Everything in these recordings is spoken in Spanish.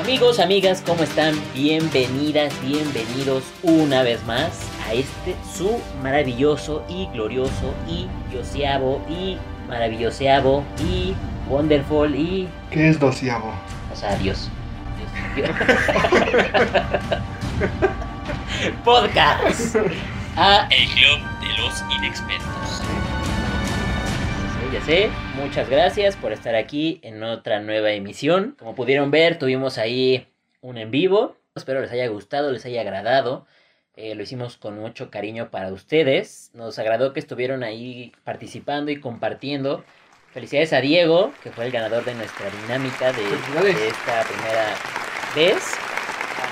Amigos, amigas, ¿cómo están? Bienvenidas, bienvenidos una vez más a este su maravilloso y glorioso y yoseavo y maravilloseavo y wonderful y... ¿Qué es doceavo? O sea, Dios. Dios- Dios- Podcast. Ah, A el club de los inexpertos. Sí, ya sé. Muchas gracias por estar aquí en otra nueva emisión. Como pudieron ver, tuvimos ahí un en vivo. Espero les haya gustado, les haya agradado. Eh, lo hicimos con mucho cariño para ustedes. Nos agradó que estuvieron ahí participando y compartiendo. Felicidades a Diego, que fue el ganador de nuestra dinámica de, Felicidades. de esta primera vez.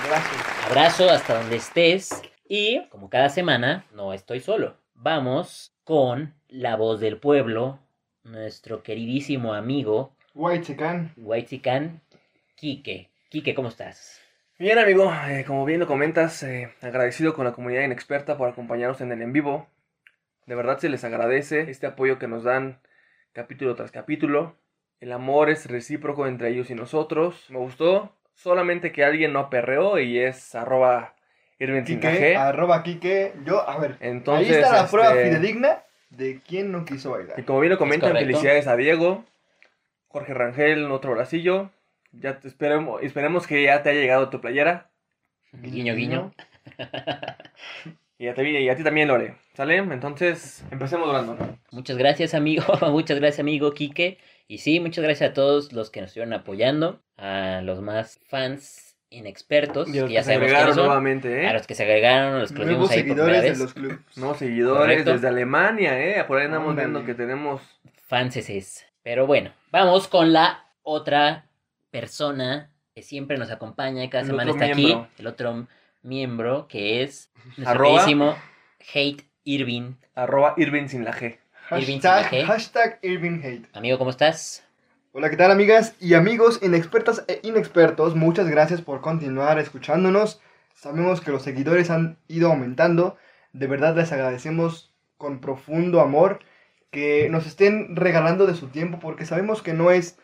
Abrazo. Abrazo hasta donde estés. Y como cada semana, no estoy solo. Vamos con la voz del pueblo, nuestro queridísimo amigo White Secan. Huaytzican, Quique. Quique, ¿cómo estás? Bien amigo, eh, como bien lo comentas, eh, agradecido con la comunidad inexperta por acompañarnos en el en vivo. De verdad se les agradece este apoyo que nos dan capítulo tras capítulo. El amor es recíproco entre ellos y nosotros. Me gustó solamente que alguien no perreó y es arroba Irving Quique, Tinajé. arroba Quique. Yo, a ver. Entonces, ahí está la este, prueba fidedigna de quién no quiso Y bailar. como bien lo comentan, correcto. felicidades a Diego, Jorge Rangel, otro bracillo. Ya te esperemos, esperemos que ya te haya llegado tu playera. Guiño, guiño. Y a, y a ti también, Lore. ¿Sale? Entonces, empecemos Brandon. Muchas gracias, amigo. Muchas gracias, amigo Quique. Y sí, muchas gracias a todos los que nos estuvieron apoyando, a los más fans inexpertos, Y a los que que ya se sabemos quiénes agregaron son, nuevamente, a ¿eh? los que se agregaron, a los que los vimos Nuevos ahí por primera seguidores de vez. los clubes. Nuevos seguidores Correcto. desde Alemania, ¿eh? Por ahí andamos Ándale. viendo que tenemos... fanses. Pero bueno, vamos con la otra persona que siempre nos acompaña, cada El semana otro está miembro. aquí, el otro miembro que es nuestro Arroba. queridísimo Hate Irving. Arroba Irving sin la G. Irving Hashtag, Sinajé. hashtag Irving Hate. Amigo, ¿cómo estás? Hola, ¿qué tal amigas y amigos inexpertas e inexpertos? Muchas gracias por continuar escuchándonos. Sabemos que los seguidores han ido aumentando. De verdad les agradecemos con profundo amor que nos estén regalando de su tiempo porque sabemos que no es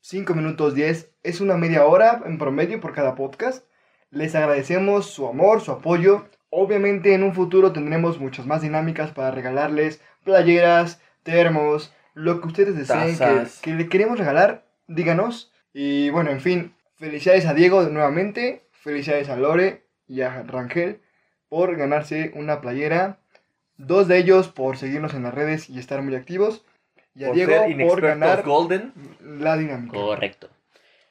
5 minutos 10, es una media hora en promedio por cada podcast. Les agradecemos su amor, su apoyo. Obviamente en un futuro tendremos muchas más dinámicas para regalarles playeras, termos, lo que ustedes deseen que, Tazas. que le queremos regalar, díganos. Y bueno, en fin, felicidades a Diego nuevamente, felicidades a Lore y a Rangel por ganarse una playera. Dos de ellos por seguirnos en las redes y estar muy activos. Y a Por Diego ser por inexpertos ganar Golden. la dinámica. Correcto.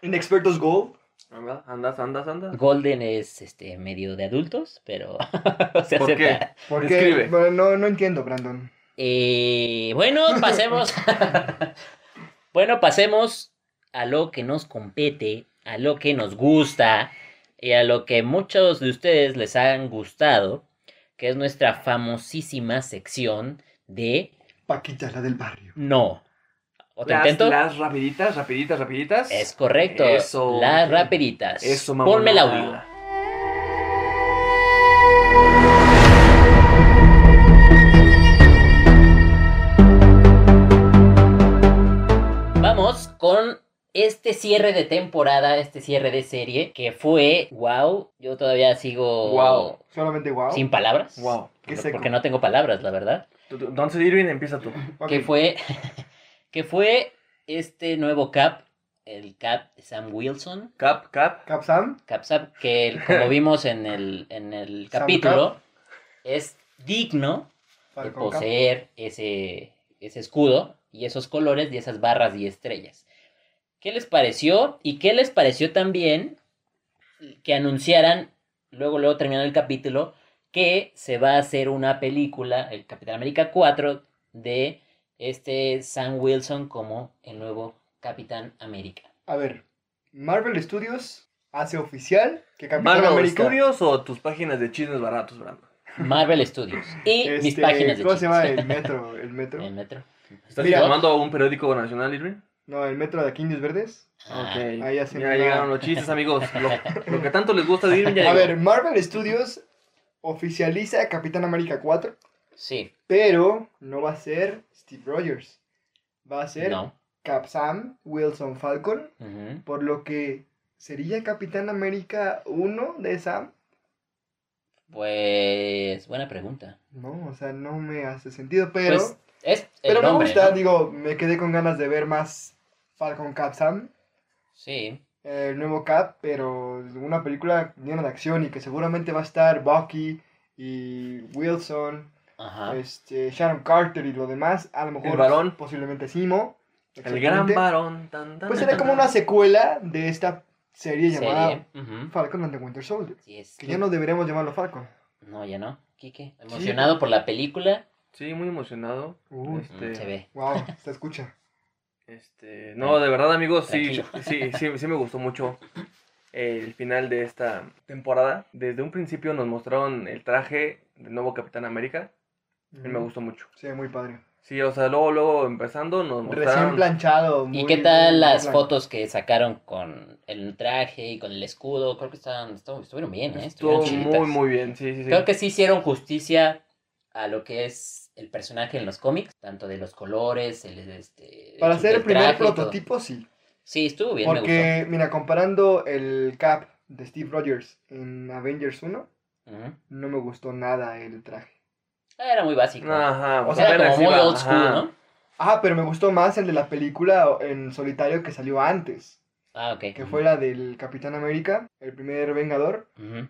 Inexpertos Gold. Anda, Andas, andas, andas. Golden es este medio de adultos, pero se ¿Por qué? acepta. ¿Por Describe. qué? Bueno, no, no entiendo, Brandon. Eh, bueno, pasemos. bueno, pasemos a lo que nos compete, a lo que nos gusta y a lo que muchos de ustedes les han gustado, que es nuestra famosísima sección de Paquita, la del barrio. no. ¿Otro Las, intento? las rapiditas, rapiditas, rapiditas. Es correcto. Eso. Las rapiditas. Eso, mamá. Ponme el audio. Vamos con este cierre de temporada, este cierre de serie, que fue wow. Yo todavía sigo Wow. Solamente wow. sin palabras. Wow. Qué Por- seco. Porque no tengo palabras, la verdad. Tú- tú- Entonces, Irving, empieza tú. Ok. Que fue. que fue este nuevo Cap. El Cap de Sam Wilson. Cap, cap. Cap Sam. Cap Sam, que el- como vimos en el, en el Sam capítulo, es digno de Falcon Cap. poseer ese, ese escudo y esos colores y esas barras y estrellas. ¿Qué les pareció? Y qué les pareció también que anunciaran, luego, luego terminando el capítulo, que se va a hacer una película, el Capitán América 4, de este Sam Wilson como el nuevo Capitán América. A ver, Marvel Studios hace oficial que Capitán Marvel América. Studios o tus páginas de chismes baratos, Brandon? Marvel Studios. Y Este, mis páginas de ¿Cómo se llama chistes. el metro? ¿El metro? El metro. ¿Estás Mira. llamando a un periódico nacional, Irving? No, el metro de aquí Indios Verdes. Ah, Ok. Ahí hacen ya una- llegaron los chistes, amigos. Lo, lo que tanto les gusta de Irving ya A llegó. ver, Marvel Studios oficializa a Capitán América 4, Sí. pero no va a ser Steve Rogers. Va a ser No. Cap Sam, Wilson Falcon, Ujú. por lo que ¿Sería Capitán América 1 de Sam? Pues buena pregunta. No, o sea, no me hace sentido, pero... pues es el pero nombre, me gusta, ¿no? digo, me quedé con ganas de ver más Falcon Cap Sam, Sí. el nuevo Cap, pero una película llena de acción y que seguramente va a estar Bucky y Wilson, Ajá. este, Sharon Carter y lo demás, a lo mejor... El varón. Posiblemente Simo. El gran exactamente. varón. tan, tan, Pues tan, será tan, como tan. una secuela de esta serie Serie. llamada eh, ujú. Falcon and the Winter Soldier. Sí, es Que que- ya no deberíamos llamarlo Falcon. No, ya no. Quique, emocionado por la película. Sí, muy emocionado. Uy, Mm, Se Este, ve. wow, se escucha. este, no, de verdad, amigos, sí, Tranquilo. sí, sí, sí me gustó mucho el final de esta temporada. Desde un principio nos mostraron el traje del nuevo Capitán América. A Mm. mí me gustó mucho. Sí, muy padre. Sí, o sea, luego, luego empezando nos Recién mostraron... planchado. ¿Y muy- qué tal muy las blanco. fotos que sacaron con el traje y con el escudo? Creo que estaban, estu- estuvieron bien, ¿eh? Estuvieron Estuvo muy, chiditas. muy bien, sí, sí, sí. Creo que sí hicieron justicia a lo que es el personaje en los cómics, tanto de los colores, el este. Para el hacer el primer traje y todo. prototipo, sí. Sí, estuvo bien, me Porque, mira, comparando el Cap de Steve Rogers en Avengers 1, gustó. Ujú. no me gustó nada el traje. Ah, Era muy básico. Ajá, O o pues sea, era apenas como muy iba, old school, ajá. ¿no? Ah, pero me gustó más el de la película en solitario que salió antes, Ah, ok. que fue la del Capitán América, el primer Vengador. Ujú.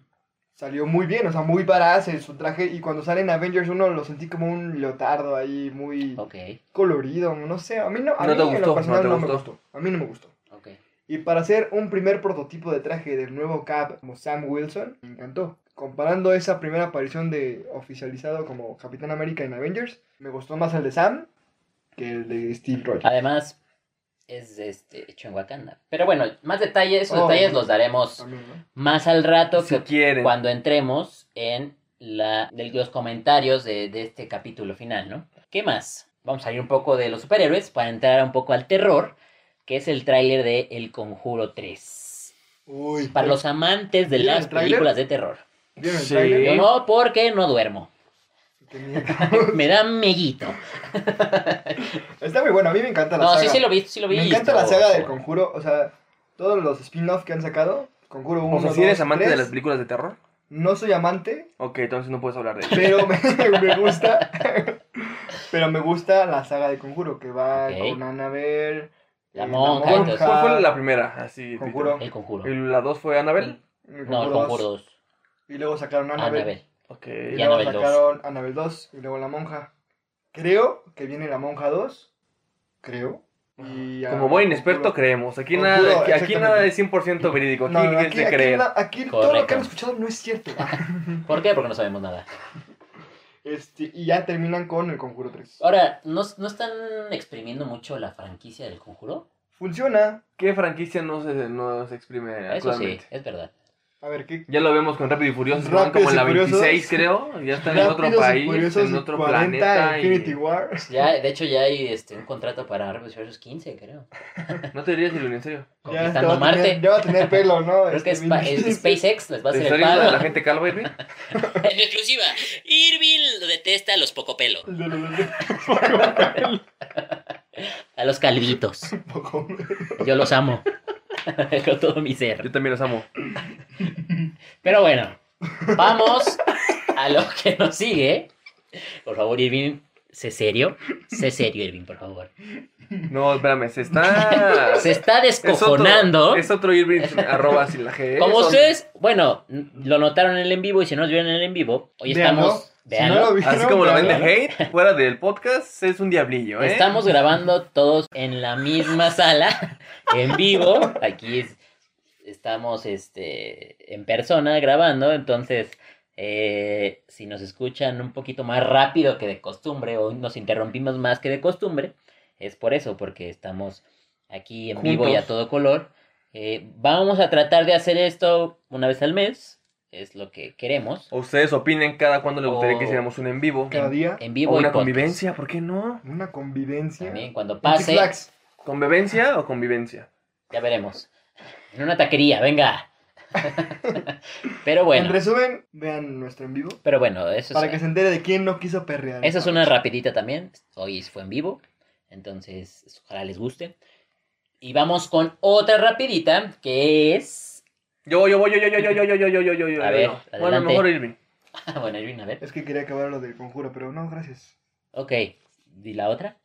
Salió muy bien, o sea, muy varaz el- su traje. Y cuando sale en Avengers 1 lo sentí como un leotardo ahí, muy Ok, colorido, no sé. A mí no, a Oh. ¿No mí te en gustó? lo personal ¿No no, te me gustó? gustó. A mí no me gustó. ok. Y para hacer un primer prototipo de traje del nuevo Cap como Sam Wilson, me encantó. Comparando esa primera aparición de oficializado como Capitán América en Avengers, me gustó más el de Sam que el de Steve Rogers. Además, es este, hecho en Wakanda. Pero bueno, más detalles, esos Oh. detalles los daremos También, ¿no? más al rato Si que quieren. cuando entremos en la, de los comentarios de, de este capítulo final, ¿no? ¿Qué más? Vamos a ir un poco de los superhéroes para entrar un poco al terror, que es el tráiler de El Conjuro 3. Uy, Para los amantes de ¿Vieron las el tráiler? películas de terror. ¿vieron el Sí. tráiler? Yo no, porque no duermo. Qué miedo. Me da mellito. Está muy bueno, a mí me encanta la No, saga. sí, sí lo vi, sí lo vi. Me encanta la estuvo- saga del estuvo- Conjuro, o sea, todos los spin-offs que han sacado, Conjuro 1, O sea, si eres dos, amante de tres, las películas de terror, No soy amante, ok, entonces no puedes hablar de ellas. pero me, me gusta. pero me gusta la saga de Conjuro, que va Ok. con Annabelle. La eh, monja, ¿Cuál, entonces. cuál fue la primera? Así, Conjuro. El Conjuro. Twitter. ¿Y la dos fue Annabelle? el No, El dos, Conjuro 2. Y luego sacaron Annabelle. Annabelle. Ok. Y Ya. luego Annabelle dos. sacaron Annabelle 2 y luego la monja. Creo que viene la monja 2. Creo. Y Como buen inexperto creo. creemos. Aquí Conjuro, nada, aquí, aquí exactamente. nada es 100% verídico. Aquí No, no, es aquí, de aquí creer. la- aquí todo lo Correcto. que han escuchado no es cierto. ¿Por qué? Porque no sabemos nada. Este, y ya terminan con el Conjuro 3. Ahora, ¿no, no están exprimiendo mucho la franquicia del conjuro? Funciona. ¿Qué franquicia no se, no se exprime Eso sí, actualmente? es verdad. A ver, ¿qué? Ya lo vemos con Rápido y Furioso, ¿no? Rápidos como en la y Furiosos. 26 creo, ya está en Rápidos otro y país, Furiosos en otro 40 planeta. y- Infinity War. Ya, de hecho, ya hay este, un contrato para Rápidos y Furiosos 15, creo. No te dirías el serio. Ya, este Conquistando va a tener- Marte. ya va a tener pelo, ¿no? Creo que Este, Spa- bien- es- SpaceX les va a ¿En hacer el serio la, la pago. gente calva, Irving? En exclusiva, Irving detesta a los pocopelo, El de los- el a los calvitos. poco- Yo los amo. Con todo mi Yo ser. también los amo. Pero bueno, vamos a lo que nos sigue. Por favor, Irving, sé serio. Sé serio, Irving, por favor. No, espérame, se está... Se está Es otro, descojonando. es otro Irving arroba sin la G. ¿eh? Como Son- ustedes, bueno, n- lo notaron en el en vivo y si no nos vieron en el en vivo, hoy Véanlo. estamos, Si no véanlo, lo vieron, Así como lo ven de véanlo. hate, fuera del podcast, es un diablillo, ¿eh? estamos grabando todos en la misma sala, en vivo, aquí es- estamos este, en persona grabando, entonces eh, si nos escuchan un poquito más rápido que de costumbre o nos interrumpimos más que de costumbre, es por eso, porque estamos aquí en vivo y Juntos. a todo color. Eh, vamos a tratar de hacer esto una vez al mes, es lo que queremos. O ustedes opinen cada cuando les gustaría O- que hiciéramos un en vivo. Cada día. Oh. En O vivo y una podcast. convivencia, ¿por qué no? Una convivencia. También cuando En Six pase, Flags. ¿Convivencia o convivencia? ya veremos. En una taquería, venga. pero En bueno, resumen, vean nuestro en vivo. pero bueno, eso Para que es, se entere de quién no quiso perrear. eso es una rapidita también. Hoy fue en vivo, entonces ojalá les guste. Y vamos con otra rapidita, que es... Yo, yo, voy, yo, yo, yo, yo, yo, yo, yo, yo, yo, yo, yo. A ver, no. Bueno, adelante. mejor Irving. Ah, bueno, Irving, a ver. Es que quería acabar lo del conjuro, pero no, gracias. Ok, ¿y la otra?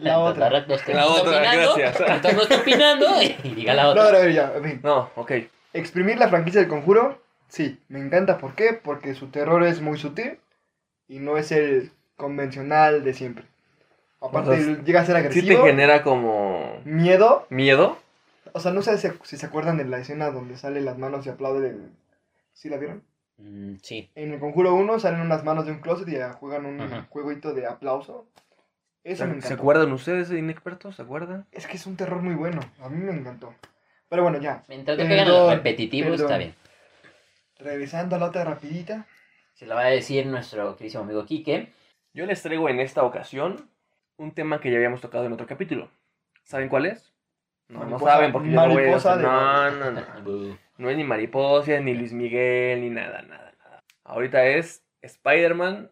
La otra. La, los que La no está otra, opinando, gracias. entonces no está opinando y diga la No, otra. a ver, ya, en fin. No, ok. Exprimir la franquicia del conjuro, sí, me encanta. ¿Por qué? Porque su terror es muy sutil y no es el convencional de siempre. Aparte, O sea, llega a ser Sí te agresivo, genera como miedo. miedo. O sea, no sé si, si se acuerdan de la escena donde sale las manos y aplaude. el- ¿Sí la vieron? Mm, sí, En el conjuro 1 salen unas manos de un closet y ah, juegan un Ajá. jueguito de aplauso. Eso me ¿Se encantó. acuerdan ustedes de inexpertos? ¿Se acuerdan? Es que es un terror muy bueno. A mí me encantó. Pero bueno, ya. mientras no Perdón, pegan los repetitivos está perdón. bien. Regresando a la otra rapidita. Se la va a decir nuestro querísimo amigo Quique. Yo les traigo en esta ocasión un tema que ya habíamos tocado en otro capítulo. ¿Saben cuál es? No, Mariposa- no saben porque yo no voy a... mariposa de- No, no, no. No es ni Mariposa, ni Luis Miguel, ni nada, nada, nada. Ahorita es Spider-Man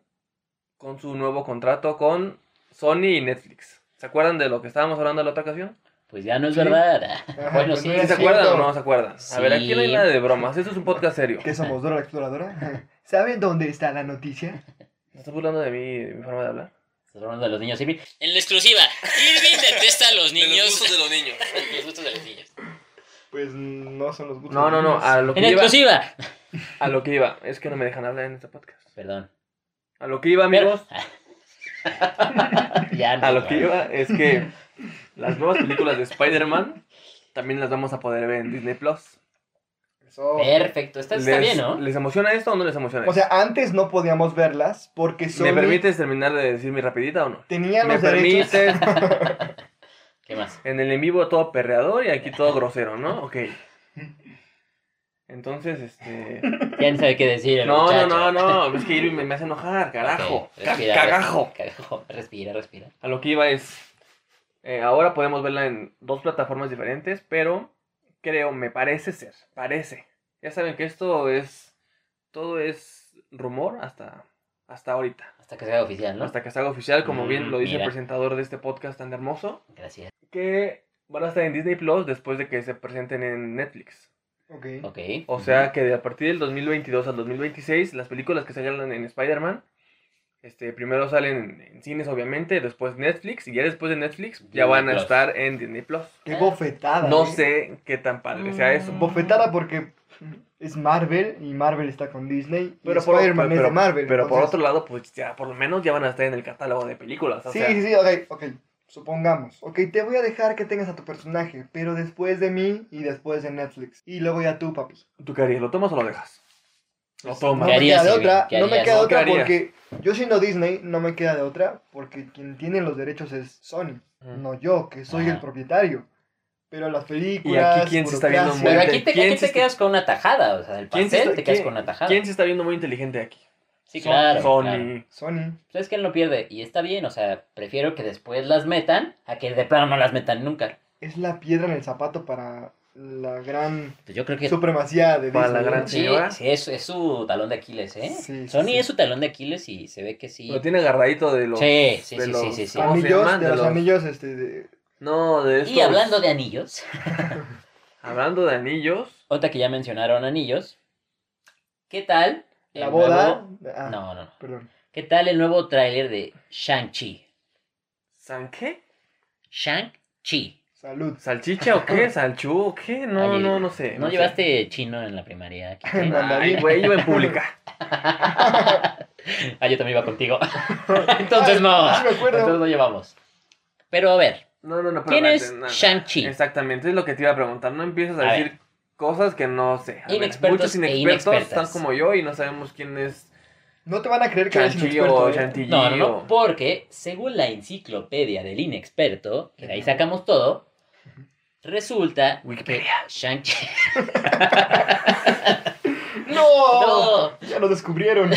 con su nuevo contrato con Sony y Netflix. ¿Se acuerdan de lo que estábamos hablando en la otra ocasión? Pues ya no es Sí. verdad. Ajá, Bueno, pues sí, no sí es ¿Se cierto. acuerdan o no se acuerdan? A ver, aquí no hay Sí. nada de bromas. Esto es un podcast serio. ¿Qué somos, Dora la Exploradora? ¿Saben dónde está la noticia? ¿Me estás burlando de mí, de mi forma de hablar? Estás hablando de los niños Irving. En la exclusiva, Irving detesta a los de los niños. los gustos de los niños. Pues no son los gustos. No, no, no. A lo En que la iba, exclusiva. a lo que iba. Es que no me dejan hablar en este podcast. Perdón. A lo que iba, amigos. Ya no. A lo que iba es que las nuevas películas de Spider-Man también las vamos a poder ver en Disney Plus. Eso- Perfecto, está, está ¿Les- bien, ¿no? ¿Les emociona esto o no les emociona? O sea, antes no podíamos verlas porque Sony ¿Me permites terminar de decir mi rapidita o no? tenía ¿Me los derechos. permites? ¿Qué más? en el en vivo todo perreador y aquí todo grosero, ¿no? Ok. Entonces, este... Ya no sabe qué decir. el No, no, muchacho. no, no. Es que Irving me, me hace enojar, carajo. Ok, Ca- respira, Cagajo. respira, Cagajo. Respira, respira. A lo que iba es. eh, ahora podemos verla en dos plataformas diferentes, pero creo, me parece ser, parece. Ya saben que esto es. Todo es rumor hasta, hasta ahorita. Hasta que se haga oficial, ¿no? Hasta que se haga oficial, como Mm, bien lo dice mira. el presentador de este podcast tan hermoso, Gracias. que van a estar en Disney Plus después de que se presenten en Netflix. Ok. Ok. O sea que de a partir del 2022 al 2026, las películas que salgan en Spider-Man, este, primero salen en, en cines obviamente, después Netflix, y ya después de Netflix ya Disney van a Plus. estar en Disney Plus. Qué bofetada. No ¿eh? sé qué tan padre sea eso. Mm. Bofetada porque es Marvel y Marvel está con Disney. y Pero por, Spider-Man pero- es de Marvel. pero por entonces- otro lado, pues ya por lo menos ya van a estar en el catálogo de películas. o Sí, sea, sí, sí, ok, ok. Supongamos. Ok, te voy a dejar que tengas a tu personaje, pero después de mí y después de Netflix. Y luego ya tú, papi. ¿Tú qué harías? ¿Lo tomas o lo dejas? Lo Pues, tomas. No me harías, queda de Irving? otra, ¿Qué no me harías? queda de No, otra ¿qué harías? porque yo siendo Disney no me queda de otra porque quien tiene los derechos es Sony, Ujú. Mm. no yo, que soy Ajá. el propietario. Pero las películas... quién se está viendo burocracia- Pero muy- aquí te, ¿Quién aquí se te está- quedas con una tajada, o sea, del ¿Quién se pastel está- te quedas quién- con una tajada. ¿Quién se está viendo muy inteligente aquí? Sí, Son- claro. Sony. claro. Sony. Pues es que él no pierde, y está bien, o sea, prefiero que después las metan a que de plano no las metan nunca. es la piedra en el zapato para la gran Pues yo creo que supremacía de Para Disney. la gran- ¿no? sí, señora. sí, es, es su talón de Aquiles, ¿eh? Sí, sí, Sony sí. es su talón de Aquiles y se ve que sí. Lo tiene agarradito de los... Sí, sí, de sí, los- sí, sí, sí. ¿cómo se llaman? Anillos, de De los los- anillos, este, de- No, de estos... Y hablando de anillos, Hablando de anillos... otra que ya mencionaron anillos, ¿qué tal? la el boda. nuevo- ah, No, no, no. Perdón. ¿Qué tal el nuevo tráiler de Shang-Chi? ¿San qué? Shang-Chi. Salud. ¿Salchicha o qué? ¿Salchú o qué? No, Ay, no, no sé. ¿No sé. llevaste chino en la primaria? ¿eh? Kike? No. Ay, güey, iba en pública. Ah, yo también iba contigo. Entonces no. Ah, sí me acuerdo. Entonces no llevamos. Pero a ver, No, no, no. pero ¿quién es espérate, no, no. Shang-Chi? Exactamente, es lo que te iba a preguntar. No empiezas a, A decir cosas que no sé. A ver, Inexpertos Muchos e inexpertos inexpertas. están como yo y no sabemos quién es No te van a creer que eres Chanchi o inexperto. ¿eh? Chantilly. No, no, o- no, porque según la enciclopedia del inexperto, que de ahí sacamos todo, resulta que Wikipedia. Shang-Chi... ¡No! No. Ya lo descubrieron.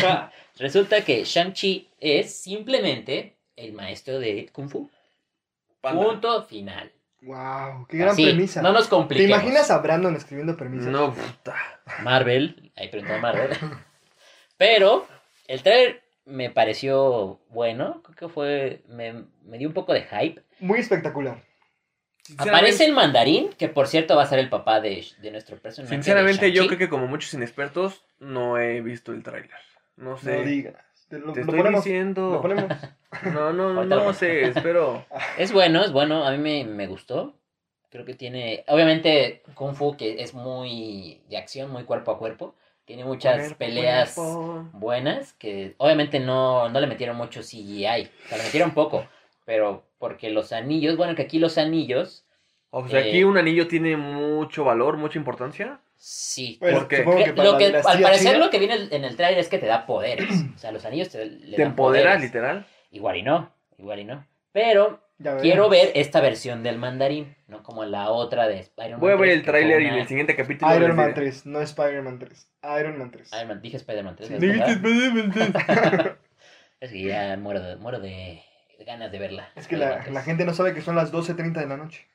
Resulta que Shang-Chi es simplemente el maestro de Kung Fu. Panda. Punto final. wow, qué gran Así, premisa. No nos ¿Te compliquemos. imaginas a Brandon escribiendo permisos? No, puta. Marvel, ahí preguntó a Marvel. Pero el trailer me pareció bueno, creo que fue, me, me dio un poco de hype. Muy espectacular. Aparece el mandarín, que por cierto va a ser el papá de, de nuestro personaje. de Sinceramente, yo Shang-Chi. creo que como muchos inexpertos, no he visto el tráiler. No sé. No digas. Te lo, Te lo estoy ponemos. diciendo. Lo ponemos. No, no, no, Ahorita lo no ponemos. sé, espero. Es bueno, es bueno. A mí me, me gustó. Creo que tiene. Obviamente, Kung Fu, que es muy de acción, muy cuerpo a cuerpo. Tiene muchas Poner peleas cuerpo. buenas. Que obviamente no, no le metieron mucho CGI. O sea, le metieron poco. Pero porque los anillos. Bueno, que aquí los anillos. O sea, Eh, aquí un anillo tiene mucho valor, mucha importancia. Sí. Bueno, ¿Por qué? Pues, supongo Que- que para lo la que, al dinastía parecer china- lo que viene en el trailer es que te da poderes. O sea, los anillos te, le Te dan empodera, poderes. literal. Igual y no. Igual y no. Pero Ya veremos. quiero ver esta versión del mandarín. No como la otra de Spider-Man. Voy a ver 3, el que fue tráiler y en una- el siguiente capítulo. les Iron Man diré. 3, no Spider-Man 3. Iron Man 3. Iron Man, dije Spider-Man 3. Sí. ¿verdad? Dijiste Spider-Man tres. Es que ya muero de, muero de ganas de verla. Es que la, Spider-Man la 3. gente no sabe que son las 12.30 de la noche.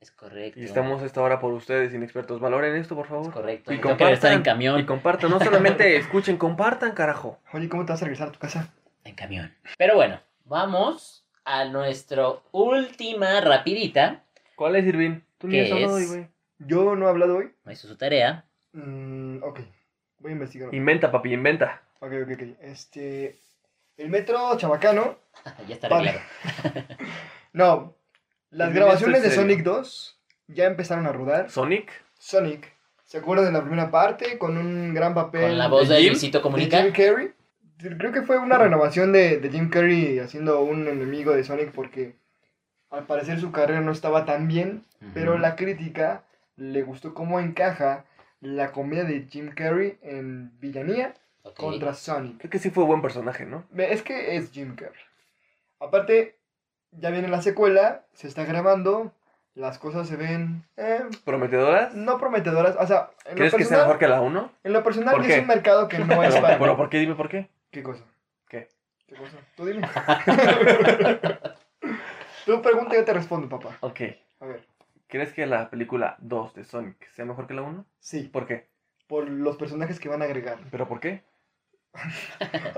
Es correcto. Y estamos a esta hora por ustedes, inexpertos. Valoren esto, por Es favor. correcto. Y Y que estar en compartan. Y camión. compartan, no solamente escuchen, compartan, carajo. Oye, ¿cómo te vas a regresar a tu casa? En camión. Pero bueno, vamos a nuestro última rapidita. ¿Cuál es, Irvin? Tú ni ¿Qué has hablado es? hoy, güey. Yo no he hablado hoy. No hizo su tarea. Mm, ok, voy a investigar. Ok, Inventa, papi, inventa. ok, ok. Este. El metro chabacano. ya está Vale. arreglado. No, las El metro grabaciones en de serio. Sonic 2 ya empezaron a rodar. Sonic. Sonic, ¿se acuerdan de la primera parte? Con un gran papel. Con la voz de, Jim? Luisito de Comunica. Jim Carrey. Creo que fue una renovación de, de Jim Carrey haciendo un enemigo de Sonic porque al parecer su carrera no estaba tan bien, Ujú. pero la crítica le gustó cómo encaja la comedia de Jim Carrey en villanía Ok. contra Sonic. Creo que sí fue buen personaje, ¿no? Ve, Es que es Jim Carrey. Aparte, ya viene la secuela, se está grabando, las cosas se ven eh, ¿Prometedoras? no prometedoras. O sea, en lo ¿Crees que sea personal, mejor que la 1? en lo personal ¿Por es qué? un mercado que no es Pero, para... pero ¿por qué? Dime por qué. ¿Qué cosa? ¿Qué? ¿Qué cosa? Tú dime. Tú pregunta y yo te respondo, papá. Ok. A ver, ¿Crees que la película 2 de Sonic sea mejor que la 1? sí, ¿Por qué? por los personajes que van a agregar. ¿Pero por qué?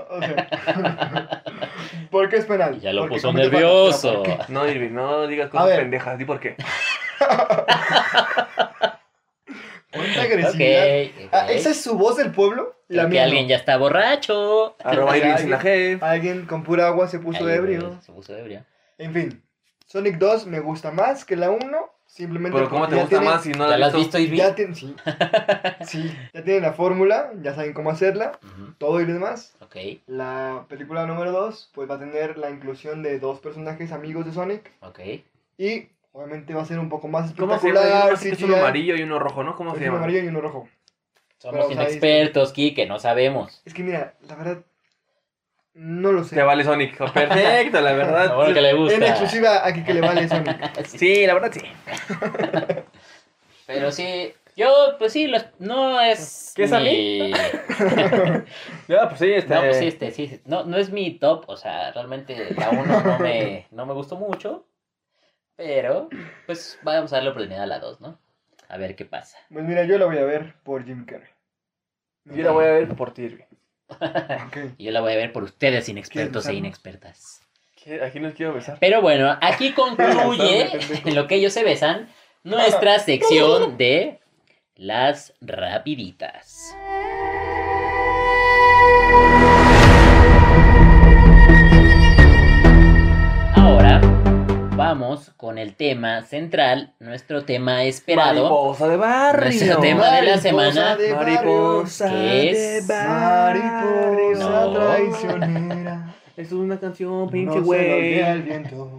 O sea, ¿por qué es penal? Ya lo Porque puso comete nervioso. faltas, pero No, Irvin, no digas A cosas ver. pendejas. ¿Di por qué? ¿por qué? Cuánta Ok. agresividad. ok. Ah, ¿Esa es su voz del pueblo? Creo La que mía. alguien Alguien, ya está borracho. Arroba Irvin sin la G. alguien con pura agua se puso Ay, ebrio. Se puso ebrio. En fin, Sonic 2 me gusta más que la 1. Simplemente. Pero ¿cómo porque te ya gusta tiene- más si no ¿Ya la la has has visto? visto, Irving? Ya tienen, sí. sí, ya tienen la fórmula, ya saben cómo hacerla, Ujú, todo y lo demás. Ok. La película número 2 pues va a tener la inclusión de dos personajes amigos de Sonic Ok. y obviamente va a ser un poco más ¿Cómo se llama? Hay espectacular. uno así que es CGI, uno amarillo y uno rojo, ¿no? ¿Cómo es se uno llama? amarillo y uno rojo. Somos o sea, ahí- inexpertos, Kike, no sabemos. Es que mira, la verdad no lo sé. Te vale Sonic. Perfecto, la Lo bueno verdad. que le gusta. Ah, En exclusiva aquí que le vale Sonic. Sí, la verdad sí. Pero sí, yo, pues sí, los- no es. ¿Qué es a mi- Ya, pues sí, este. No, pues Eh. sí, este, sí, sí. No, no es mi top, o sea, realmente la 1 no me, no me gustó mucho. Pero, pues vamos a darle oportunidad a la 2, ¿no? A ver qué pasa. Pues mira, yo la voy a ver por Jim Carrey. Yo la voy a ver por ti, Irvin. Ok. Y yo la voy a ver por ustedes, inexpertos e besarnos? inexpertas. ¿Qué? Aquí no quiero besar. Pero bueno, aquí concluye, este en lo que ellos se besan, nuestra sección de las rapiditas. Ahora vamos con el tema central, nuestro tema esperado, Mariposa de barrio. Nuestro tema de la semana. de barrio, Mariposa ¿Qué es? de barrio. Mariposa No. traicionera. Es una canción, No pinche se lo güey. Ah, olvida el viento.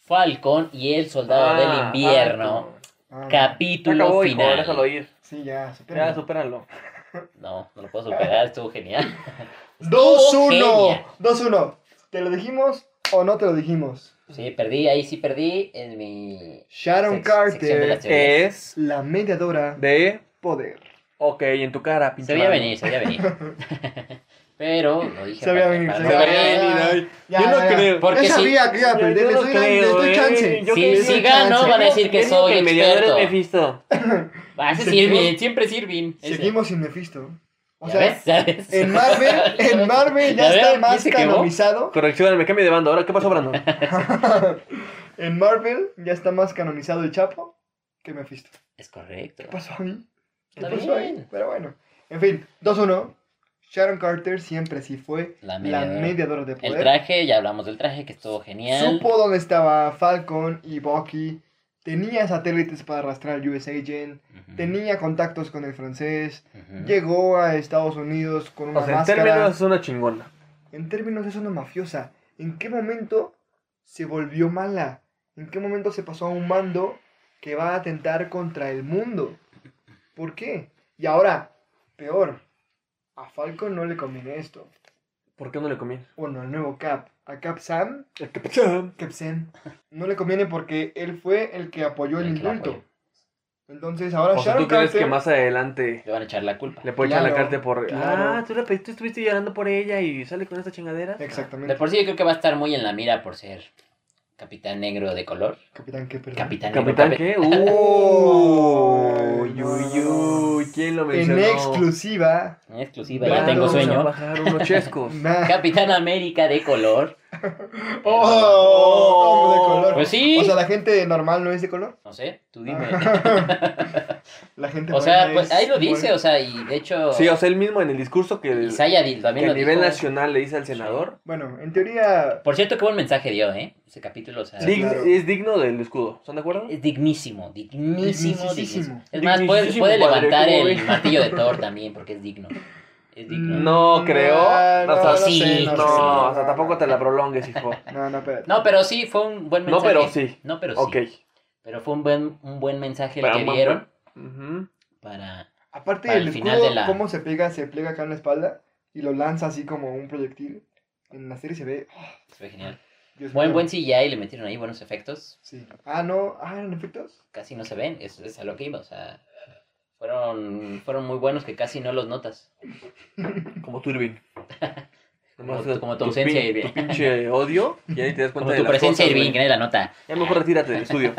Falcon y el soldado del Ah, invierno, Ah, Se capítulo acabó, hijo, final. déjalo ir. Sí, ya, Ya, supéralo. supéralo. No, no lo puedo superar, estuvo genial. 2-1. Oh, Genia. 2-1. ¿Te lo dijimos o no te lo dijimos? Sí, perdí, ahí sí perdí en mi Sharon Sec- sección de la Carter, teoría. Es la mediadora de de... poder. Ok, en tu cara, pinche Se veía barrio. venir, se veía venir. Pero lo dije. Se veía para- venir, para se no Se veía perder. veía venir, ya, ay. ya, Yo no ya, ya. creo. Porque Yo sí. sabía que iba a Yo- perder, yo les no doy, la- les creo, doy eh. chance. Yo Sí, creo sí que- gano, van a decir que Yo digo soy el mediador es experto. Mephisto. Ah, ese Seguimos- Sirvin, siempre Sirvin. ese. Seguimos sin Mephisto. O ¿Ya sea, ves? ¿Ya ves? en Marvel, en Marvel ya ¿Ya ves? está ¿Ya más se quemó? Pues canonizado. Corrección, me cambio de bando. Ahora, ¿qué pasó, Brandon? En Marvel ya está más canonizado el Chapo que Mephisto. Es correcto. ¿Qué pasó ahí? ¿Qué Está pasó bien. ahí? Pero bueno. En fin, 2-1. Sharon Carter siempre sí fue La la mediadora. mediadora de El poder. traje, ya hablamos del traje, que estuvo genial. Supo dónde estaba Falcon y Bucky. Tenía satélites para arrastrar US Agent. Ujú, Tenía contactos con el francés. ujú. Llegó a Estados Unidos con una O sea, en máscara. términos es una chingona. En términos es una mafiosa. ¿En qué momento se volvió mala? ¿En qué momento se pasó a un mando que va a atentar contra el mundo? ¿Por qué? Y ahora, peor, a Falcon no le conviene esto. ¿Por qué no le conviene? Bueno, al nuevo Cap, a Cap Sam, Capitán. Cap Sam, no le conviene porque él fue el que apoyó el, El que la indulto. apoyó. Entonces ahora O sea, ¿tú Sharon crees que Carter- más adelante Le van a echar la culpa. le puede echar la Claro, carta por... claro. Ah, ¿tú, le, pe- tú estuviste llorando por ella y sale con esta chingadera. De Exactamente. por sí yo creo que va a estar muy en la mira por ser capitán negro de color. Capitán, ¿qué perdón? Capitán, negro, ¿Capitán capi- qué? Oh, Uy, no, uy, no, uy, ¿Quién lo En mencionó? exclusiva. En exclusiva, Vamos ya tengo a sueño. bajar unos chescos. na- Capitán América de color. Oh, ¿cómo de color? Pues sí. O sea, la gente normal no es de color. Ah. No sé, tú dime. La gente o sea, buena pues es ahí lo dice, buena. o sea, y de hecho... Sí, o sea, él mismo en el discurso que, y Zaya Dil que también a lo nivel dijo. nacional le dice al senador, Bueno, en teoría. Por cierto, qué buen mensaje dio, ¿eh? Ese capítulo, o sea... Sí. dign- claro. es digno del escudo. ¿Están de acuerdo? Es dignísimo, dignísimo, dignísimo. Dignisísimo. Es más, puede, Dignisísimo, puede padre, levantar ¿cómo el ves? martillo de Thor también, porque es digno. Es digno. No creo. Ah, No, O no, sea, no sí, sé, no, no, No, sé. o sea, tampoco te la prolongues, hijo. No, no, espérate. No, pero sí, fue un buen No, mensaje. pero sí. No, pero sí. Ok. Pero fue un buen, un buen mensaje el Pero que muy dieron Ujú. para... Aparte Para el el escudo, final de la- cómo se pega, se pliega acá en la espalda y lo lanza así como un proyectil. En la serie se ve. pues, Fue genial. Dios Buen, mío. buen CGI, le metieron ahí buenos efectos. Sí. Ah, no. Ah, en efectos. Casi no se ven, es, es a lo que iba, o sea... Fueron, fueron muy buenos que casi no los notas. Como Turbin. Como tu- como tu ausencia, Irving. Tu pinche odio. Ya ni te das cuenta Como de tu las presencia, cosas, güey. Irving, que nadie la nota. Ya mejor retírate del estudio.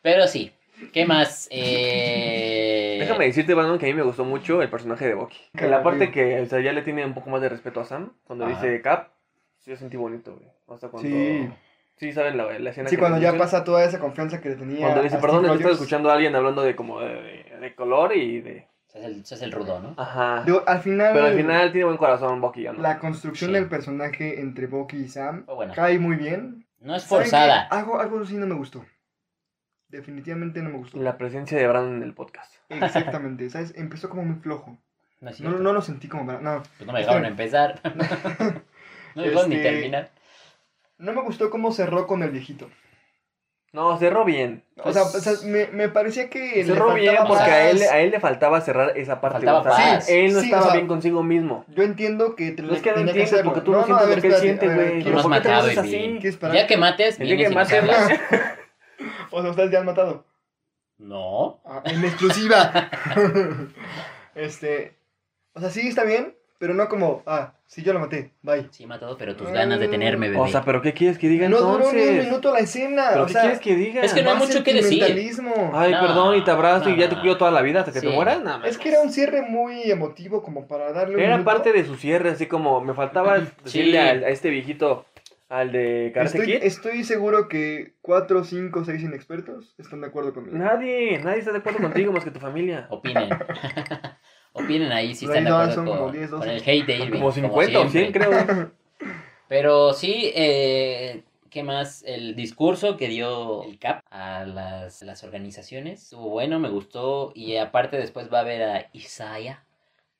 Pero sí, ¿qué más? Eh... Déjame decirte, Brandon, que a mí me gustó mucho el personaje de Bucky. Que Ah, la parte que o sea, ya le tiene un poco más de respeto a Sam, cuando Ajá. dice Cap, sí lo sentí bonito, güey. O sea, cuando... Sí. Sí, saben la, la escena Sí, que cuando ya dicen? pasa toda esa confianza que le tenía. Cuando dice, a perdón, Steve es que estaba Rogers. escuchando a alguien hablando de como de, de color y de... Se hace el, se hace el rudo, ¿no? Ajá. Digo, al final. Pero al final tiene buen corazón Bucky, ¿o ¿no? La construcción Sí. del personaje entre Bucky y Sam Fue buena. cae muy bien. No es ¿Saben qué? forzada. Algo, algo sí no me gustó. Definitivamente no me gustó. La presencia de Brandon en el podcast. Exactamente, ¿sabes? Empezó como muy flojo. No, es No, cierto. no lo sentí como para... No, Pues no me Este- dejaron empezar. no me dejaron ni Este- terminar. no me gustó cómo cerró con el viejito. No, cerró bien. o Pues sea, o sea, me, me parecía que le Cerró bien faltaba porque a él, paz. a él le faltaba cerrar esa parte. Faltaba o sea, paz. Él no Sí, estaba o sea, bien consigo mismo. Yo entiendo que te No Pues es que no entiendes porque tú no, a sientes ver, lo que él espérate, siente, a ver, güey. quiero- No lo ¿Por qué has te lo haces matado, Irving. así? ¿quieres parar? Ya que mates, El día vienes que y nos mates, hablas. O sea, ustedes ya han matado. No. Ah, en exclusiva. este. O sea, sí está bien, pero no como, ah, sí yo lo maté, bye. Sí, he matado, pero tus ganas Mm, de tenerme, bebé. O sea, ¿pero qué quieres que diga No duró ni un entonces? minuto la escena. ¿Pero o qué sea, quieres que diga? Es que no hay más mucho que decir. sentimentalismo. Ay, No, perdón, y te abrazo y no, ya te no. cuido toda la vida hasta que Sí. te mueras. nada más. Es que era un cierre muy emotivo como para darle un Era minuto. parte de su cierre, así como me faltaba decirle al- a, este viejito, al de Karate Estoy, Kid. estoy seguro que 4, 5, 6 inexpertos están de acuerdo conmigo. Nadie, nadie está de acuerdo contigo más que tu familia. Opinen. Opinen ahí si Ray están de acuerdo Dawson, como 10, con, 12. con el hate de Irving. Como 50 o 100, siempre. creo. Pero sí, eh, ¿qué más? El discurso que dio el CAP a las, las organizaciones. Estuvo bueno, me gustó. Y aparte después va a ver a Isaiah.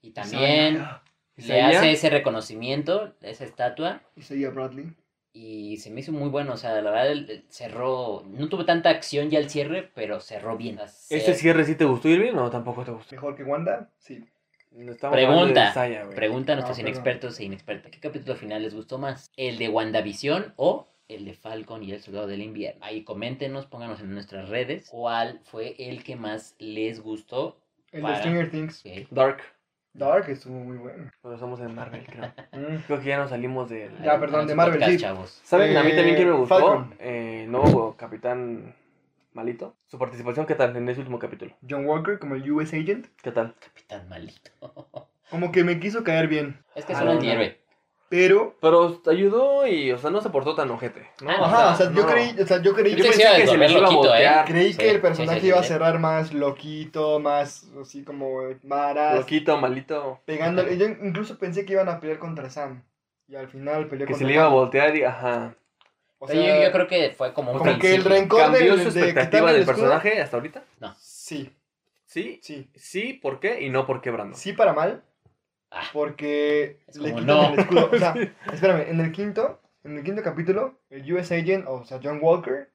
Y también "Ah, le Isaiah. hace ese reconocimiento, esa estatua. Y seguía Bradley. Y se me hizo muy bueno. O sea, la verdad, el- el- cerró. No tuvo tanta acción ya al cierre, pero cerró bien. ¿Este Se- cierre sí te gustó, Irving, o tampoco te gustó? Mejor que Wanda, sí. Estamos hablando de Pregunta, Isaiah, güey. pregunta a nuestros Ah, perdón. inexpertos e inexpertas. ¿Qué capítulo final les gustó más? ¿El de WandaVision o el de Falcon y el Soldado del Invierno? Ahí coméntenos, pónganos en nuestras redes cuál fue el que más les gustó. El Para. de Stranger Things. Ok. Dark. Dark estuvo muy bueno. Cuando estamos en Marvel, creo. Mm. Creo que ya nos salimos del... Ya, Hagan- perdón, hagan de su Marvel, podcast, sí. chavos. ¿Saben a mí Eh, también quién me gustó? Falcon. Eh, el nuevo Capitán Malito. Su participación, ¿qué tal? En ese último capítulo. John Walker como el US Agent. ¿Qué tal? Capitán malito. Como que me quiso caer bien. Es que es Ah, un no, no. antihéroe. Pero, Pero te ayudó y, o sea, no se portó tan ojete. ¿no? Ah, no. ajá, o sea, yo no. creí, o sea, yo creí Yo Yo que, pensé pensé que que se volver les iba a loquito, ¿eh? voltear. creí Sí, que el sí, personaje sí, sí, iba a sí. cerrar más loquito, más así como eh, varas, Loquito, malito. pegándole. Yo incluso pensé que iban a pelear contra Sam. Y al final peleó Que contra se le iba a Sam. voltear y, ajá. O Pero sea, yo, yo creo que fue como un como que el principio. rencor ¿Cambió del- su de expectativa quitarle el del escudo- personaje hasta ahorita? Sí, Sí, sí. sí, ¿por qué? Y no por qué Brando. Sí para mal. Ah. Porque Es le como, quitan no. el escudo. O sea, espérame, en el quinto, en el quinto capítulo, el US Agent, o sea, John Walker,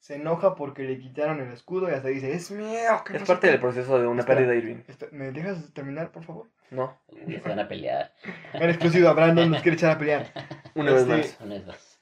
se enoja porque le quitaron el escudo y hasta dice, es mío. que Es no sé parte qué". del proceso de una Espera. pérdida, Irving. Espe- ¿Me dejas terminar, por favor? No, Uy, se van a pelear. En exclusiva, Brandon nos quiere echar a pelear. una Este, vez más. Son esos.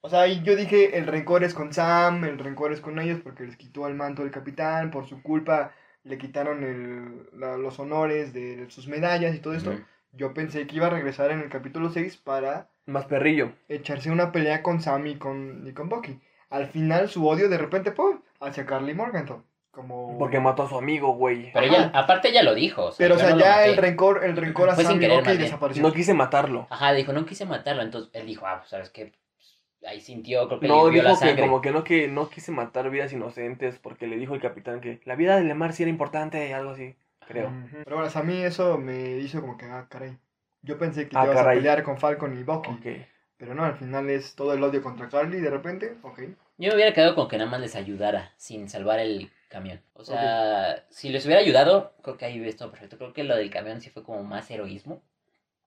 O sea, y yo dije, el rencor es con Sam, el rencor es con ellos porque les quitó el manto del capitán, por su culpa le quitaron el- la- los honores de sus medallas y todo esto. Ujú. Yo pensé que iba a regresar en el capítulo 6 para Más perrillo. echarse una pelea con Sam y con, y con Bucky. Al final, su odio de repente, ¡pum!, hacia Carly Morganton. Como... Porque mató a su amigo, güey. Pero ella, aparte ella lo dijo. Pero, o yo sea, no lo ya maté. el rencor, el rencor a Fue sin Sam y querer, Bucky más bien. desapareció. No quise matarlo. Ajá, dijo, no quise matarlo. Entonces él dijo, ah, pues sabes qué. Ahí sintió, creo que No, le vio la dijo que sangre. como que no, que no quise matar vidas inocentes porque le dijo el capitán que la vida de Lemar sí era importante y algo así, creo. Ujú. Pero bueno, o sea, a mí eso me hizo como que, ah, caray. Yo pensé que Ah, te ibas caray. a pelear con Falcon y Bucky. Ok. Pero no, al final es todo el odio contra Carly de repente. Ok. Yo me hubiera quedado con que nada más les ayudara sin salvar el camión. O sea, si les hubiera ayudado, creo que ahí hubiera estado perfecto. Creo que lo del camión sí fue como más heroísmo.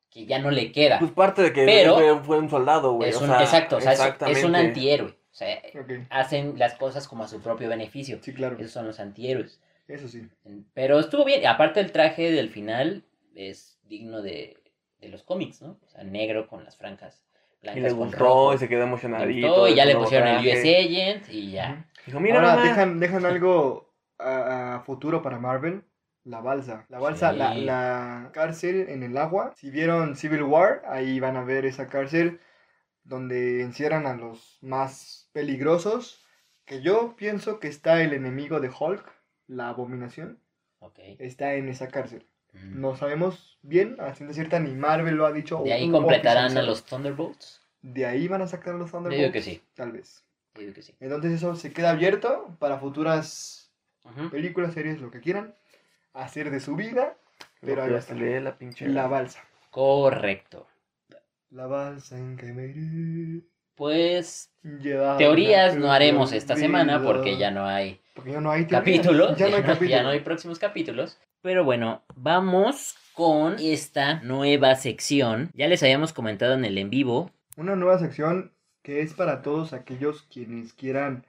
Que ya no le queda. Pues parte de que Pero- fue, fue un soldado, güey. es o un, sea, exacto, o sea, es- es, un exactamente. antihéroe. O sea, Ok. hacen las cosas como a su propio beneficio. Sí, claro. Esos son los antihéroes. Eso sí. Pero estuvo bien. Aparte el traje del final es digno de, de los cómics, ¿no? O sea, negro con las franjas blancas. Y le con gustó rojo. y se quedó Le emocionadito. gustó, y ya hizo le un nuevo pusieron el traje. US Agent y ya. Dijo, mira, Ahora mamá, dejan, dejan algo a, a futuro para Marvel. La balsa. La balsa, Sí. la, la cárcel en el agua. Si vieron Civil War, ahí van a ver esa cárcel donde encierran a los más peligrosos. Que yo pienso que está el enemigo de Hulk, la abominación, Ok. está en esa cárcel. Mm. No sabemos bien, a ciencia cierta ni Marvel lo ha dicho. ¿De o- ahí o completarán a oficializado. los Thunderbolts? De ahí van a sacar los Yo Thunderbolts. digo que sí. Tal vez. yo digo que sí. Entonces eso se queda abierto para futuras Ujú. películas, series, lo que quieran. Hacer de su vida Pero ahí lo que está. lee la pinche. la balsa. Correcto. La balsa en que me iré. Pues llevada teorías por no haremos la esta semana vida. porque ya no hay Porque ya no hay teorías. capítulos. Ya no hay capítulos. ya no hay próximos capítulos. Pero bueno, vamos con esta nueva sección. Ya les habíamos comentado en el en vivo. Una nueva sección que es para todos aquellos quienes quieran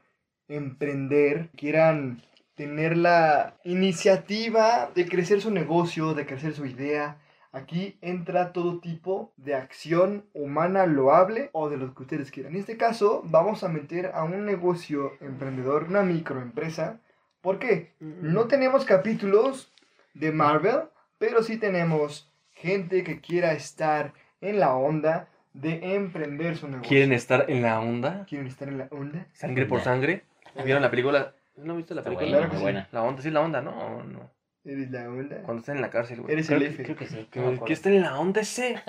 emprender, quieran tener la iniciativa de crecer su negocio, de crecer su idea. Aquí entra todo tipo de acción humana loable o de lo que ustedes quieran. En este caso, vamos a meter a un negocio emprendedor, una microempresa. ¿Por qué? No tenemos capítulos de Marvel, pero sí tenemos gente que quiera estar en la onda de emprender su negocio. ¿Quieren estar en la onda? ¿Quieren estar en la onda? ¿Sangre por Ya. sangre? ¿Vieron la película? ¿No viste la Está película? buena, claro que muy sí. buena. La onda, sí, la onda, ¿no? ¿O no? ¿Eres la onda? Cuando está en la cárcel, güey. Eres Creo el que, F. creo que sí. Que, no me acuerdo. que está en la onda ese.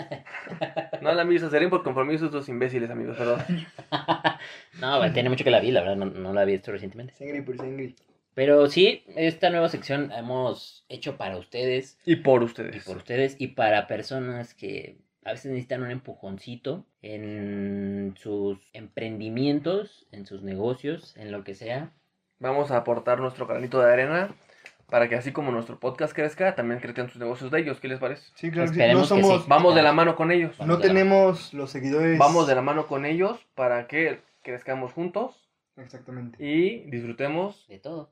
no la amigos, seré por compromiso estos imbéciles, amigos, perdón. No, bueno, tiene mucho que la vi, la verdad, no, no la había visto recientemente. Sangre por sangre. Pero sí, esta nueva sección la hemos hecho para ustedes. Y por y ustedes. por ustedes y para personas que a veces necesitan un empujoncito en sus emprendimientos, en sus negocios, en lo que sea. Vamos a aportar nuestro granito de arena para que así como nuestro podcast crezca, también crezcan sus negocios de ellos. ¿Qué les parece? Sí, claro que sí. No Esperemos que somos... sí. Vamos de la mano con ellos. Vamos No de la- tenemos los seguidores. Vamos de la mano con ellos para que crezcamos juntos Exactamente. y disfrutemos De todo.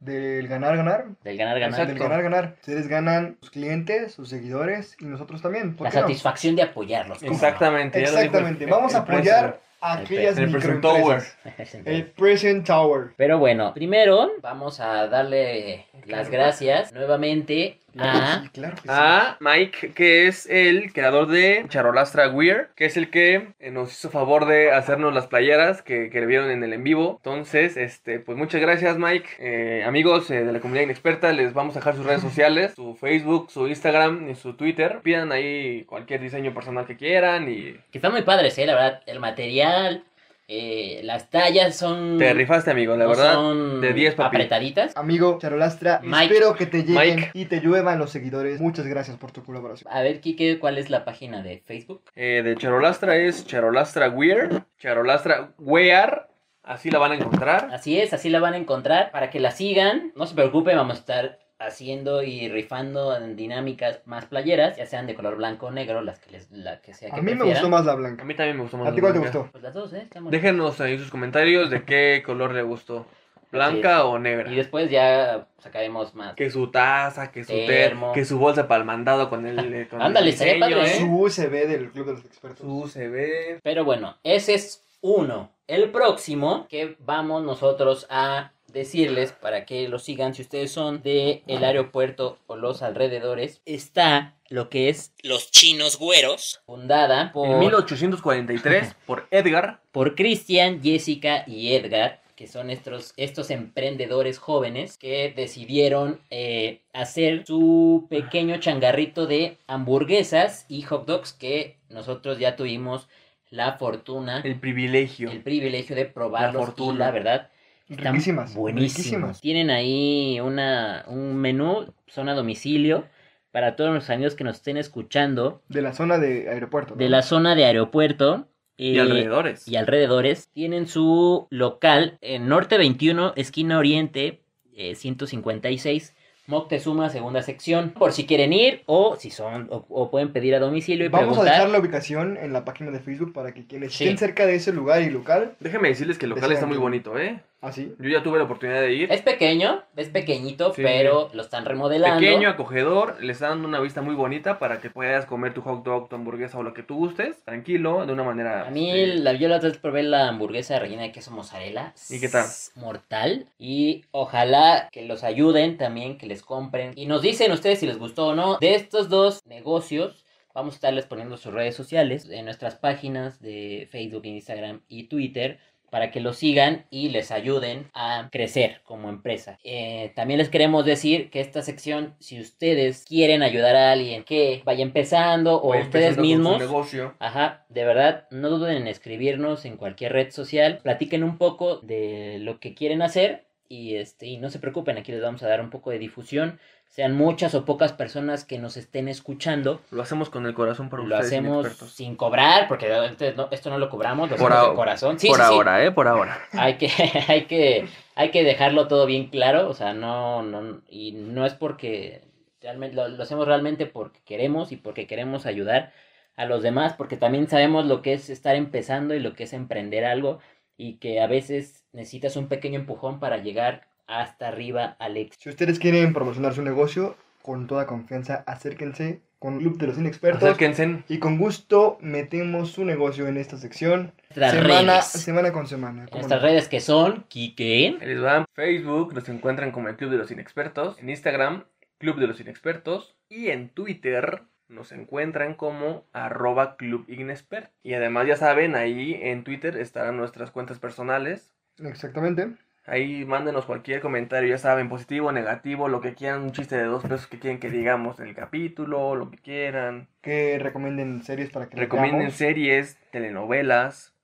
Del ganar, ganar. Del ganar, ganar. Exacto. Del ganar, ganar. Ustedes ganan sus clientes, sus seguidores y nosotros también. ¿Por La qué no? satisfacción de apoyarlos. ¿cómo no? Exactamente. ya lo dijo el- Exactamente. el- Vamos a el presidente. apoyar a El aquellas pre- el present microempresas. El Present Tower. Pero bueno, primero vamos a darle las gracias nuevamente Ah. Sí, claro que sí. A Mike, que es el creador de Charolastra Weir, que es el que eh, nos hizo favor de hacernos las playeras que, que le vieron en el en vivo. Entonces, este, pues muchas gracias, Mike. Eh, amigos eh, de la comunidad inexperta, les vamos a dejar sus redes sociales, su Facebook, su Instagram y su Twitter. Pidan ahí cualquier diseño personal que quieran y Que están muy padres, ¿eh? La verdad, el material, eh, las tallas Mm. son... te rifaste, amigos, la no verdad. son de 10, papi. apretaditas. Amigo Charolastra, Mike. espero que te lleguen Mike. y te lluevan los seguidores. Muchas gracias por tu colaboración. A ver, Kike, ¿cuál es la página de Facebook? Eh, de Charolastra es Charolastra Weir, Charolastra Wear, así la van a encontrar. Así es, así la van a encontrar para que la sigan. No se preocupen, vamos a estar haciendo y rifando en dinámicas más playeras, ya sean de color blanco o negro, las que les, la que sea que A mí me prefieran. gustó más la A blanca. mí también me gustó más. ¿A ti la cuál te blanca. gustó? Pues las dos, ¿eh? Están bonitas. Déjenos ahí sus comentarios de qué color le gustó. Blanca o negra. Y después ya sacaremos más. Que su taza, que su Termo. termo, que su bolsa para el mandado con el. eh, con el Ándale, estaría diseño, padre, ¿eh? Su USB del Club de los Expertos. Su UCB. Pero bueno, ese es uno. El próximo que vamos nosotros a decirles para que lo sigan si ustedes son de el aeropuerto o los alrededores está lo que es los chinos güeros fundada En por 1843, por Edgar. por Cristian, Jessica y Edgar, que son estos, estos emprendedores jóvenes que decidieron eh, hacer su pequeño changarrito de hamburguesas y hot dogs que nosotros ya tuvimos la fortuna, el, El privilegio. privilegio de probarlos. La fortuna. y la verdad, están Riquísimas. buenísimos. riquísimas. Tienen ahí una, un menú, son a domicilio. Para todos los amigos que nos estén escuchando De la zona de aeropuerto. ¿no? de la zona de aeropuerto. Y eh, alrededores. y alrededores tienen su local en Norte 21, esquina Oriente eh, 156, Moctezuma, segunda sección. Por si quieren ir o si son o, o pueden pedir a domicilio y Vamos a preguntar. dejar la ubicación en la página de Facebook para que quienes Sí. estén cerca de ese lugar y local, Déjenme decirles que el local Decían está muy que- bonito, ¿eh? así. Yo ya tuve la oportunidad de ir. Es pequeño, es pequeñito, Sí. pero lo están remodelando. Pequeño, acogedor, le está dando una vista muy bonita para que puedas comer tu hot dog, tu hamburguesa o lo que tú gustes, tranquilo, de una manera. A mí, este, la, yo la otra vez probé la hamburguesa rellena de queso mozzarella. ¿Y qué tal? Es Mortal. Y ojalá que los ayuden también, que les compren. Y nos dicen ustedes si les gustó o no. De estos dos negocios, vamos a estarles poniendo sus redes sociales en nuestras páginas de Facebook, Instagram y Twitter para que los sigan y les ayuden a crecer como empresa. Eh, también les queremos decir que esta sección, si ustedes quieren ayudar a alguien que vaya empezando o voy ustedes pues, empezando con mismos, su negocio. Ajá, de verdad, no duden en escribirnos en cualquier red social, platiquen un poco de lo que quieren hacer y este y no se preocupen, aquí les vamos a dar un poco de difusión, sean muchas o pocas personas que nos estén escuchando, Lo hacemos con el corazón para lo ustedes. hacemos inexpertos. sin cobrar, porque realmente no- esto no lo cobramos, lo Por hacemos de ahora- corazón. Sí, por sí, sí. ahora, ¿eh? Por ahora. Hay que, hay que, hay que dejarlo todo bien claro, o sea, no, no, y no es porque realmente, lo, lo hacemos realmente porque queremos y porque queremos ayudar a los demás, porque también sabemos lo que es estar empezando y lo que es emprender algo y que a veces necesitas un pequeño empujón para llegar hasta arriba al éxito. Si ustedes quieren promocionar su negocio, con toda confianza, acérquense con Club de los Inexpertos. Acérquense. Y con gusto metemos su negocio en esta sección. Nuestras semana, redes, semana con semana. ¿cómo nuestras no? redes que son Kike, Ahí les va. Facebook nos encuentran como el Club de los Inexpertos. En Instagram, Club de los Inexpertos. Y en Twitter nos encuentran como arroba Club Inexpert. Y además ya saben, ahí en Twitter estarán nuestras cuentas personales. Exactamente. Ahí mándenos cualquier comentario, ya saben, positivo, negativo, lo que quieran, un chiste de dos pesos que quieren que digamos en el capítulo, lo que quieran. Que recomienden series para que las Recomienden veamos. series, telenovelas.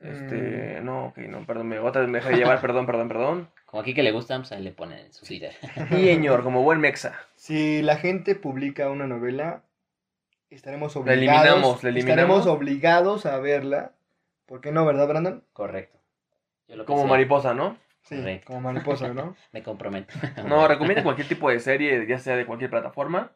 Este, no, ok, no, perdón, me, otra vez me dejé llevar, perdón, perdón, perdón. como a Kike le gusta, pues ahí le ponen en su Twitter. Y señor, como buen mexa. Si la gente publica una novela, estaremos La obligados. eliminamos, la eliminamos. Estaremos obligados a verla. ¿Por qué no, verdad, Brandon? Correcto. Yo lo Como pensé, mariposa, ¿no? Sí, Correcto. como mariposa, ¿no? Me comprometo. No, recomienda cualquier tipo de serie, ya sea de cualquier plataforma.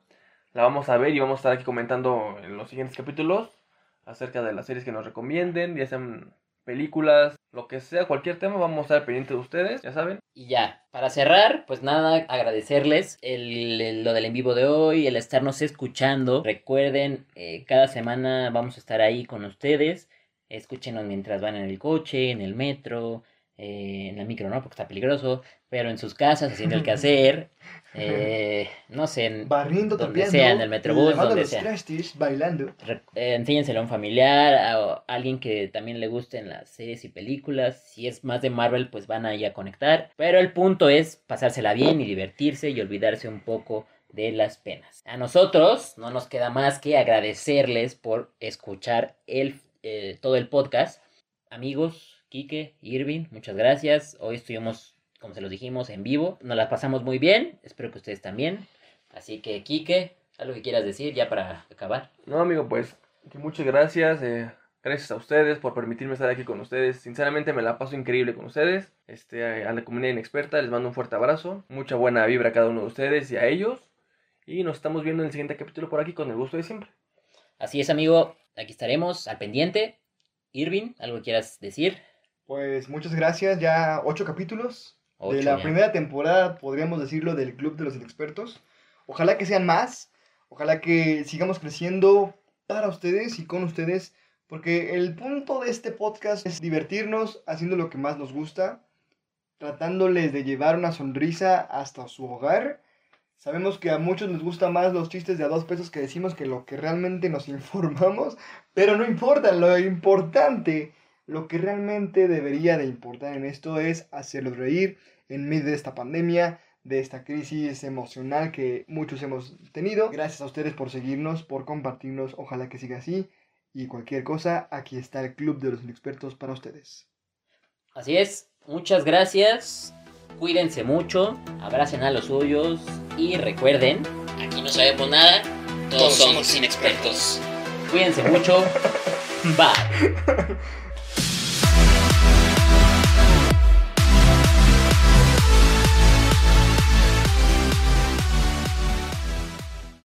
La vamos a ver y vamos a estar aquí comentando en los siguientes capítulos acerca de las series que nos recomienden, ya sean películas, lo que sea, cualquier tema, vamos a estar pendientes de ustedes, ya saben. Y ya, para cerrar, pues nada, agradecerles el, el- lo del en vivo de hoy, el estarnos escuchando. Recuerden, eh, cada semana vamos a estar ahí con ustedes. Escúchenos mientras van en el coche, en el metro, eh, en la micro no, porque está peligroso, pero en sus casas haciendo el quehacer, eh, no sé, en, Barriendo, Donde tapeando. sea, en el metrobús, lavando donde los sea. trash tish, bailando. re- eh, enséñenselo a un familiar, a, a alguien que también le gusten las series y películas, si es más de Marvel pues van ahí a conectar, pero el punto es pasársela bien y divertirse y olvidarse un poco de las penas. A nosotros no nos queda más que agradecerles por escuchar el, eh, todo el podcast. Amigos, Quique, Irving, muchas gracias. Hoy estuvimos, como se los dijimos, en vivo. Nos las pasamos muy bien. Espero que ustedes también. Así que, Quique, algo que quieras decir ya para acabar. No, amigo, pues que muchas gracias. eh, gracias a ustedes por permitirme estar aquí con ustedes. Sinceramente me la paso increíble con ustedes. Este, a- a la comunidad inexperta les mando un fuerte abrazo. Mucha buena vibra a cada uno de ustedes y a ellos. Y nos estamos viendo en el siguiente capítulo por aquí con el gusto de siempre. Así es, amigo. Aquí estaremos al pendiente. Irving, algo que quieras decir. Pues muchas gracias, ya ocho capítulos Ocho de la ya. primera temporada, podríamos decirlo, del Club de los Inexpertos. Ojalá que sean más, ojalá que sigamos creciendo para ustedes y con ustedes, porque el punto de este podcast es divertirnos haciendo lo que más nos gusta, tratándoles de llevar una sonrisa hasta su hogar. Sabemos que a muchos les gusta más los chistes de a dos pesos que decimos que lo que realmente nos informamos, pero no importa, lo importante lo que realmente debería de importar en esto es hacerlos reír en medio de esta pandemia, de esta crisis emocional que muchos hemos tenido. Gracias a ustedes por seguirnos, por compartirnos, ojalá que siga así. Y cualquier cosa, aquí está el Club de los Inexpertos para ustedes. Así es. Muchas gracias. Cuídense mucho. Abracen a los suyos. Y recuerden, aquí no sabemos nada. Todos, somos inexpertos. Cuídense mucho. Bye.